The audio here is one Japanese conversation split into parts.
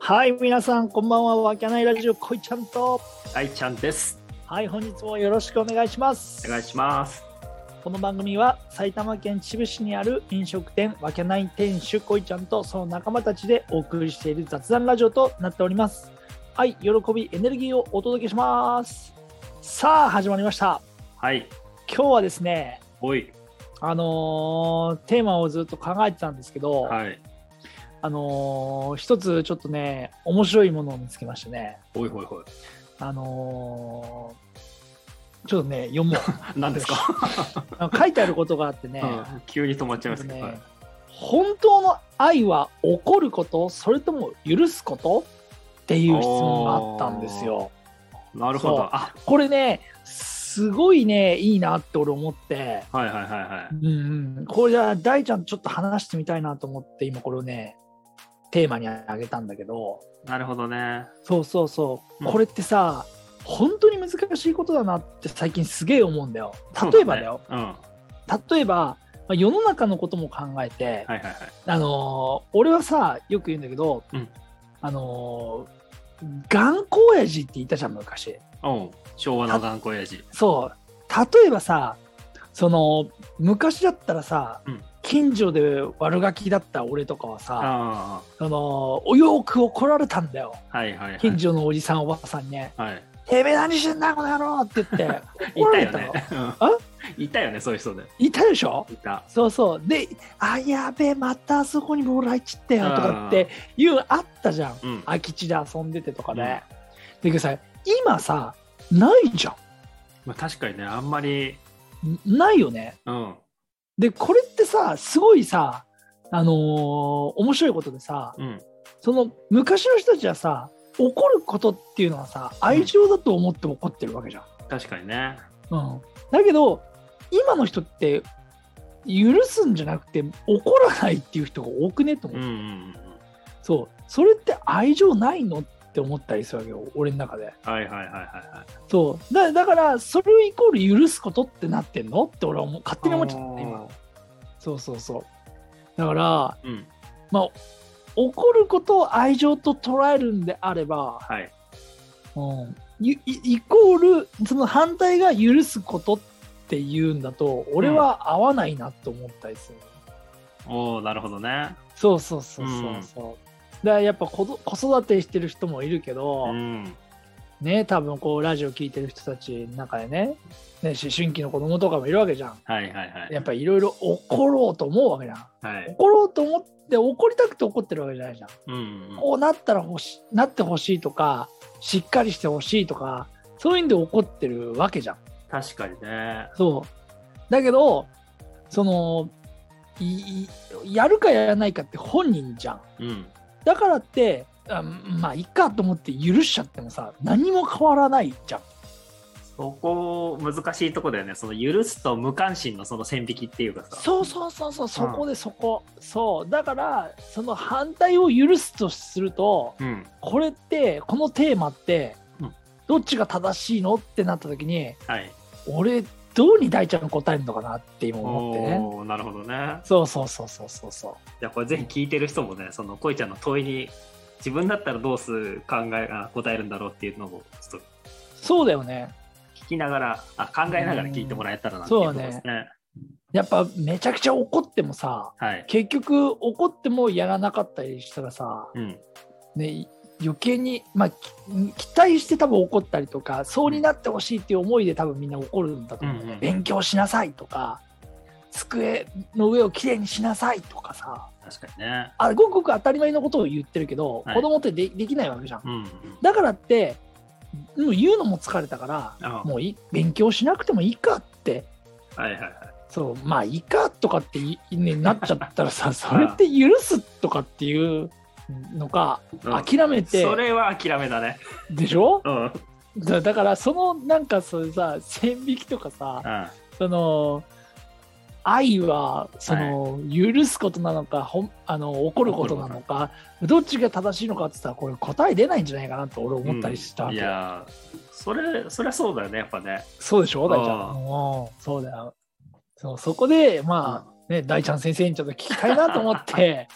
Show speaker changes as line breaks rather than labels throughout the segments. はい、皆さん、こんばんは。わけないラジオ、こいちゃんと。
大ちゃんです。
はい、本日もよろしくお願いします。
お願いします。
この番組は埼玉県秩父市にある飲食店わけない店主こいちゃんとその仲間たちでお送りしている雑談ラジオとなっております愛喜びエネルギーをお届けしますさあ始まりました
はい。
今日はですね
おい。
あのーテーマをずっと考えてたんですけど、
はい。
あのー一つちょっとね面白いものを見つけましてね
おいほいほい。
あのーちょっとね読 もう
何ですか、
あの書いてあることがあってね、
うん 急に止まっちゃいましたけど。はい
ね、本当の愛は怒ることそれとも許すことっていう質問があったんですよ。
なるほ
そう
ど。あ、
これねすごいねいいなって俺思って、
はいはいはいは
うんうん、これじゃあ大ちゃんちょっと話してみたいなと思って今これをねテーマにあげたんだけど
い。なるほどね。
そうそうそう
うん
これってさ、本当に難しいことだなって最近すげえ思うんだよ。例えばだよ、
そうね。うん。は
例えばまあ世の中のことも考えて、
いはいはい。
あのー俺はさよく言うんだけど、
うん
あのー頑固親父って言ったじゃん昔
おう昭和の頑固親父。
そう例えばさその昔だったらさ、
うん
近所で悪ガキだった俺とかはさ、
あ
そのおよく怒られたんだよ
あ。はいはいはい。
近所のおじさんおばさんにね
はい。
「てめえ何してんだこの野郎!」って言って
い
怒ら
た
れ
よ
たの
ね。うんいたよね、そういう人で。
いたでしょ
いた。
そうそうで「あやべえまたあそこにボール入っちったよ」とかっていうあったじゃん
うん。
空き地で遊んでてとかね。だけどさ、今さ、ないじゃ
まあ、確かにね、あんまり。
ん。んないよね。
うん。
で、これってさ、すごいさ、あのー面白いことでさ、
うん。
その昔の人たちはさ、怒ることっていうのはさ、愛情だと思って怒ってるわけじゃん。
確かにね。
うん。だけど、今の人って、許すんじゃなくて怒らないっていう人が多くねと
うん
思
う
う、
んうん
そうそれって愛情ないのって思ったりするわけよ俺の中で
うん。はいはいはいはいはい。
そうだだからそれをイコール許すことってなってんのって俺は思う勝手に思っちゃったね今そうそうそうだから
うん。
まあ怒ることを愛情と捉えるんであれば、
はい。
うん、イイイコールその反対が許すことって言うんだと俺は合わないなと思ったりする、
おおなるほどね。
そうそうそうそうそう、だからやっぱ子ど子育てしてる人もいるけど、
うん。
ね多分こうラジオ聞いてる人たちの中でねね思春期の子供とかもいるわけじゃん
はいはいはい。
やっぱりいろいろ怒ろうと思うわけじゃん。
はい。
怒ろうと思って怒りたくて怒ってるわけじゃないじゃん。
うんうんうん。
こうなったらほしなってほしいとかしっかりしてほしいとかそういうんで怒ってるわけじゃん。
確かにね。
そうだけどそのいいやるかやらないかって本人じゃん。
うん。
だからってあまあいいかと思って許しちゃってもさ何も変わらないじゃん。
そこ、難しいとこだよね。その許すと無関心のその線引きっていうかさ。
そうそうそうそうそこでそこ、そうだからその反対を許すとすると
うん。
これってこのテーマって、
うん
どっちが正しいのってなった時に
はい。
俺どうに大ちゃんが答えるのかなって今思ってね
おーなるほどね。
そうそうそうそうそうそう
じゃあこれぜひ聞いてる人もね、その恋ちゃんの問いに、自分だったらどうする考えが答えるんだろうっていうのをちょっと
そうだよね
聞きながら、あ考えながら聞いてもらえたらなっていう
うん
ところですね。
やっぱめちゃくちゃ怒ってもさ
はい。
結局怒ってもやらなかったりしたらさ、
うん。
ね、余計に、まあ、き期待して多分怒ったりとかそうになってほしいっていう思いで多分みんな怒るんだと思う、ね
うんうん
勉強しなさいとか机の上をきれいにしなさいとかさ
確かにね。
あごくごく当たり前のことを言ってるけど、
はい
子供ってでできないわけじゃん
うん、うん。
だからってもう言うのも疲れたから
あ
もういい勉強しなくてもいいかって
はいはいはい。
そうまあいいかとかってい、ね、なっちゃったら さそれって許すとかっていうのか
うん
諦めて
それは諦めだね。
でしょ
うん。うん。
だだからそのなんかそれさ線引きとかさその愛はその許すことなのか、ほんあの怒ることなのかどっちが正しいのかって言ったらこれ答え出ないんじゃないかなと俺思ったりしたわ
い
け、
やーそれそりゃそうだよねやっぱね
そうでしょ大ちゃ
あ
んうんそうだよそうそこでまあ、ね大ちゃん先生にちょっと聞きたいなと思って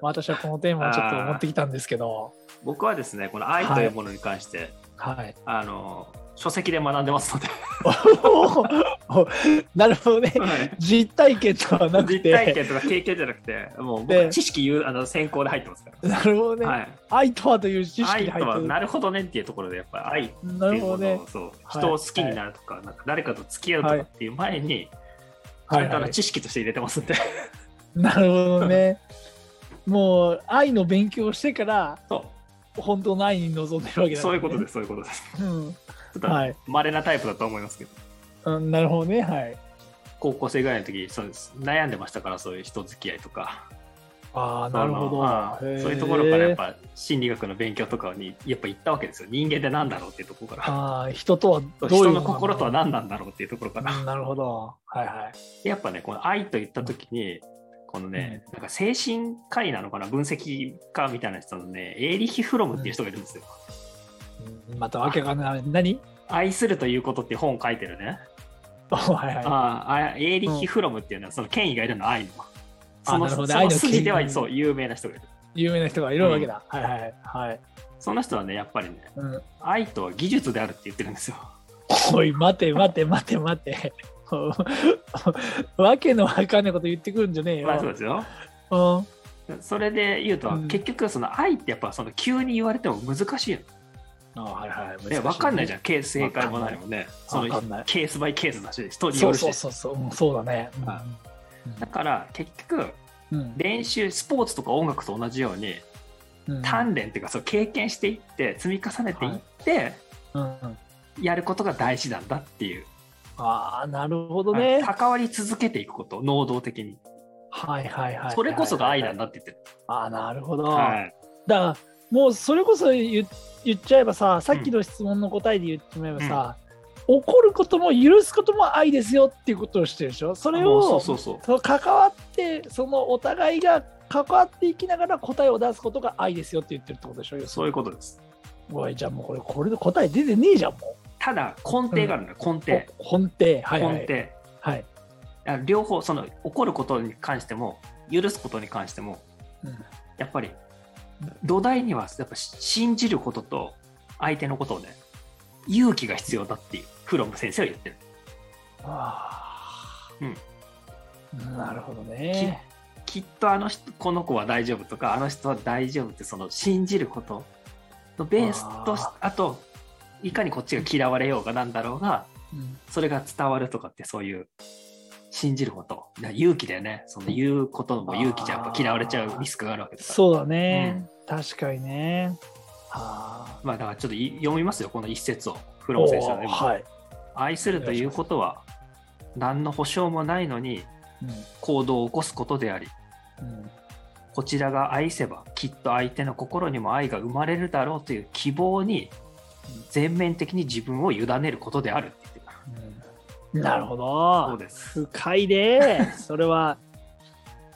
私はこのテーマをちょっと持ってきたんですけど
僕はですね、この愛というものに関して、
はい。
あの、書籍で学んでます ので、
なるほどね。 実体験とはなくて。
実体験とか経験じゃなくて、もう僕
で
知識言う、あの、先行で入ってますから。
なるほどね。
はい、
愛とはという知識
愛
に
と
入って
は
る。
なるほどねっていうところでやっぱり愛って
な
いう
るほ
ものを、
どね。
そう
はい
人を好きになるとか,、なんか誰かと付き合うとかっていう前に、
は
そ
い
れか
は
ら
い。
知識として入れてますんで、
なるほどね。もう愛の勉強をしてから
そ
本当の愛に臨んでるわけ
う
だ。
そういうことですすそういうことです
うん。
ちょっと
はい。
稀なタイプだと思いますけど
うん、なるほどね。はい。
高校生ぐらいの時そうです悩んでましたからそういう人付き合いとか
ああ、なるほど。
そのうんそういうところからやっ。ぱ心理学の勉強とかにやっぱ行ったわけですよ人間って何だろうっていうところから
ああ、人とはどういう
人
も
の
の
心とは何なんだろうっていうところから
うんなるほど。はいはい。
やっぱね、この愛と言ったときに、このね、なんか精神科医なのかな、分析家みたいな人のね、エーリヒ・フロムっていう人がいるんですよ。
うんまたわけがない。何
愛するということって本を書いてるね。
はいはい。
あああエーリヒ・フロムっていうのは、その権威がいるの、愛の。その
なるほど
そ
愛
の
の権威
筋ではそう有名な人がいる。
有名な人がいるわけだ。はいはいはい。
その人はね、やっぱりね、
うん、
愛とは技術であるって言ってるんですよ。
おい、待て待て待て待て。 わけのわかんないこと言ってくるんじゃねえよ。
まあそうですよ。
うん
それで言うと、
うん
結局、その愛ってやっぱその急に言われても難しいよ。
あはいはい。
ね、分かんないじ
ゃ
ゃん、ケース正解も何もね。そ
わか
の
んない。
ケースバイケースだし、人に
そ
よ
う
るし。
そうそうそう、うんそうだね。
はだから結局
うんうん
練習スポーツとか音楽と同じように
うん
鍛錬っていうかその経験していって積み重ねていって
うんうん
やることが大事なんだっていう、
ああ、なるほどね。
関わり続けていくこと能動的に
はいはいはい。
それこそが愛なん
だ。
だって言ってる、
ああ、なるほど。
はい
だからもうそれこそ言言っちゃえばささっきの質問の答えで言ってもらえばさ、怒ることも許すことも愛ですよっていうことをしてるでしょそれ
もうそ
を
うそうそう
その関わってそのお互いが関わっていきながら答えを出すことが愛ですよって言ってるってことでしょ要す
そういうことです
るにおいじゃあもうこれこれで答え出てねえじゃんも
ただ根底があるのよ、根
う、
底
お本底はいは
根
い
底、
はい、
あ両方その怒ることに関しても許すことに関しても
うん
やっぱり土台にはやっぱ信じることと相手のことをね勇気が必要だっていうフロム先生は言ってる
あーなるほど
き
ね
きっとあの人この子は大丈夫とかあの人は大丈夫ってその信じることのベースとし
あ
あといかにこっちが嫌われようがなんだろうが
うん
それが伝わるとかってそういう信じることだから勇気だよねその言うことも勇気じゃやっぱ嫌われちゃうリスクがあるわけだから
そうだね、確かにねああ
まあだからちょっとい読みますよこの一節をフロム先生のね、
おーはい、
愛するということは何の保証もないのに
う
行動を起こすことであり
んうん
こちらが愛せばきっと相手の心にも愛が生まれるだろうという希望に全面的に自分を委ねることであるって言ってた
うんなるほ
そう
ど。
です
深い で、それは。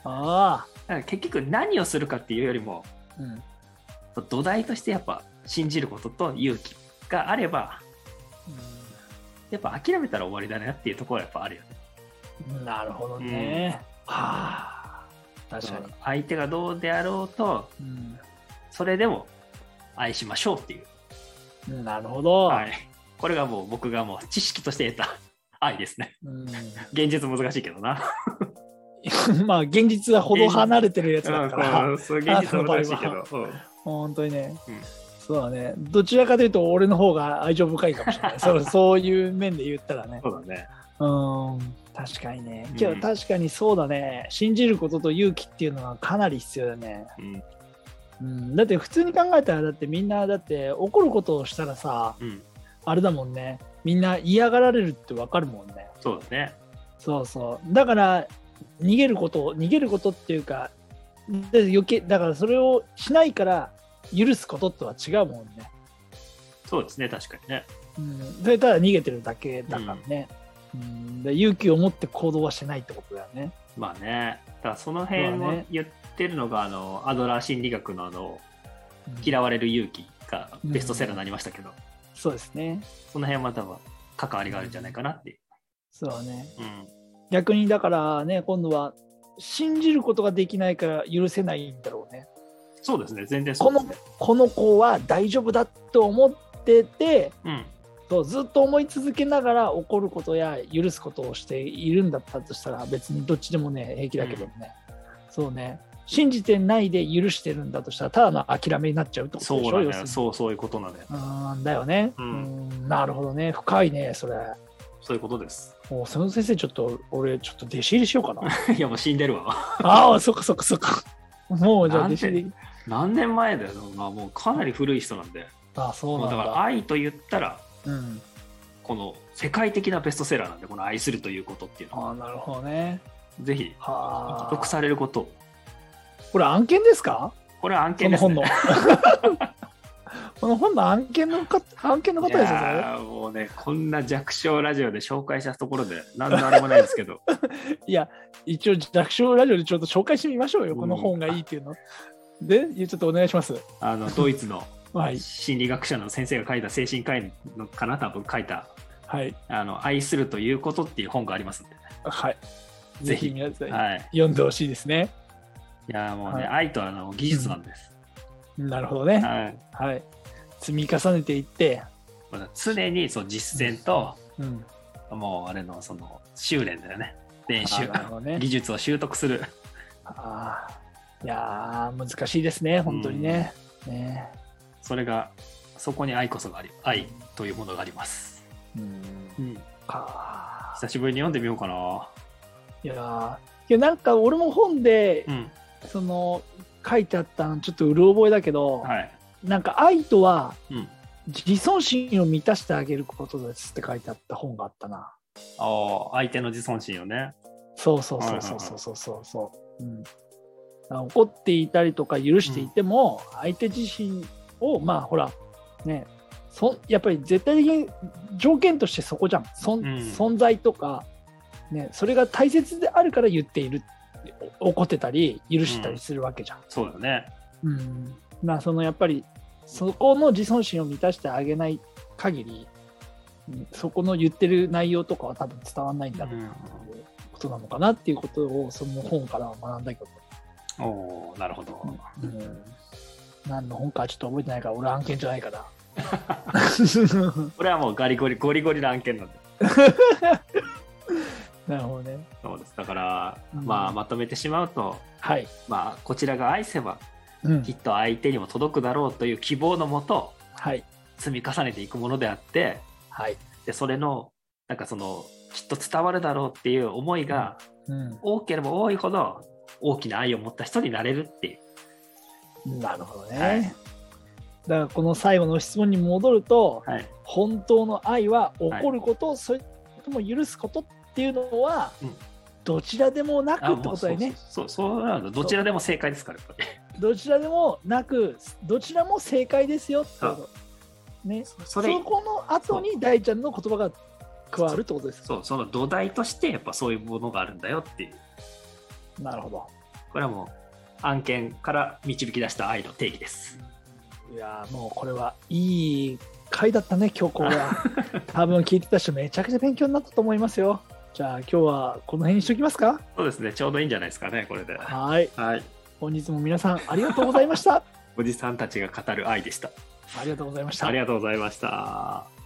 あ
だから結局何をするかっていうよりも
あ、うん、
土台としてやっぱ信じることと勇気があればやっぱ諦めたら終わりだねっていうところはやっぱあるよね
うんなるほどね。はあ、確か
その相手がどうであろうと
に。
それでも愛しましょうっていう
うん、なるほど、
はい、これがもう僕がもう知識として得た 愛ですね。
うん
現実難しいけどな。
まあ、現実はほど離れてるやつ
う
だ
ん
から、
そう 現実は難しいけ
あ
ど。うん
本当にね。
うん
そうだね。どちらかというと、俺の方が愛情深いかもしれ ない。そうそういう面で言ったらね。
そうだね。
うーん確かにね
うん。
けど確かにそうだね、信じることと勇気っていうのはかなり必要だね。
うん。
うん、だって普通に考えたら、だってみんな、だって怒ることをしたらさ、
うん。
あれだもんね。みんな嫌がられるってわかるもんね。
そうだね。
そうそう。だから、逃げることを、逃げることっていうか、で余計、だからそれをしないから許すこととは違うもんね。
そうですね。確かにね。
うん、それただ逃げてるだけだからね。うん、で勇気を持って行動はしないってことだよね。
まあね。だからその辺
そうだ
を
ね
言ってるのが、あの、アドラー心理学のあの、
うん
嫌われる勇気がベストセラーになりましたけど、
そうですね。
その辺は多分関わりがあるんじゃないかなっていう。
そうね。
うん。
逆にだからね、今度は信じることができないから許せないんだろうね。
そうですね、全然そ
こ
うで
の
すね。
この子は大丈夫だと思ってて
うん、
そうずっと思い続けながら怒ることや許すことをしているんだったとしたら別にどっちでもね平気だけどね、そうね信じてないで許してるんだとしたらただの諦めになっちゃうってことでしょ
そう
要
だ
する
ね、
に
そうそういうことなんだよ。
うーんだよね、う
う
ー
ん
ん、なるほどね深いねそれ
そういうことです。
もうその先生ちょっと俺ちょっと弟子入りしようかな
いや、もう死んでるわ。
ああそっかそっかそっかもうじゃあ
なん
弟
て
子入り
何年前だよ、まあ、もうかなり古い人なんで。
ああそう
も
な
うんだ
だ
から、愛と言ったら、
うん、
この世界的なベストセラーなんで、この愛するということっていうのは、
ああなるほどね
ぜひ、
は
読
あ
されることを。
これ案件ですか
これは案
この
件です、
本
ね。
の この本の案件のか案件の方
い
ですよそれ
やーもうね、こんな弱小ラジオで紹介したところで、なんのあれもないですけど、
いや、一応、弱小ラジオでちょっと紹介してみましょうよ、この本がいいっていうの。で、ちょっとお願いします。
あのドイツの
はい。
心理学者の先生が書いた精神科医のかな、多分書いた、
はい。
あの愛するということっていう本がありますんで、
はい。ぜ
ぜひ
ひ皆さん、
はい、
読んでほしいですね。
いやーもうね、
は
愛とあの技術なんです。
なるほどね。
はい
はい。積み重ねていって、
まあ常にそう実践と、
うん。
もうあれのその修練だよね、練習、
あーなるほどね
技術を習得する。
ああ。いやー、難しいですね、本当にね。ね
それがそこに愛こそがあり愛というものがあります、
うん。か
久しぶりに読んでみようかな、
いやーいや、なんか俺も本で、
うん
その、書いてあったの、ちょっとうる覚えだけど、
はい
なんか愛とは、
うん、
自尊心を満たしてあげることですって書いてあった本があったな。
ああ相手の自尊心をね
そうそうそうそうそうそうそうそう。うん、怒っていたりとか許していても、相手自身を、まあほら、ね、そやっぱり絶対的に条件としてそこじゃん。そん
うん
存在とか、ね、それが大切であるから言っている。お怒ってたり、許したりするわけじゃん。
そうだね
うん、まあそのやっぱりそこの自尊心を満たしてあげない限りうんそこの言ってる内容とかは多分伝わらないんだろうなっていうことなのかなっていうことをその本からは学んだけど、
おーなるほど、
うん、何の本かちょっと覚えてないから俺案件じゃない から
これはもうガリゴリゴリゴリな案件なんで
なるほどね
そうですだから、
うん
まあまとめてしまうと
はい、
まあこちらが愛せば
うん
きっと相手にも届くだろうという希望のもと
はい
積み重ねていくものであって
はい、
でそれのなんかそのきっと伝わるだろうっていう思いが、
うん、
多ければ多いほど大きな愛を持った人になれるっていう。
なるほどね、
はい
だからこの最後の質問に戻ると、
はい。
本当の愛は怒ること、それとも許すことっていうのは、
うん
どちらでもなくってことだよね。
そうそうそうなんだ。どちらでも正解ですから。
どちらでもなくどちらも正解ですよってこと。ね、
そ
そ
れ
この後に大ちゃんの言葉が加わるってことです。
そうその土台としてやっぱそういうものがあるんだよっていう。
なるほど。
これはもう案件から導き出した愛の定義です。
いやーもうこれはいい回だったね今日これ は。多分聞いてた人めちゃくちゃ勉強になったと思いますよ。じゃあ今日はこの辺にしときますか。
そうですね。ちょうどいいんじゃないですかねこれで。
はい。
はい。
本日も皆さんありがとうございました。
おじさんたちが語る愛でした。
ありがとうございました
あ。りがとうございました。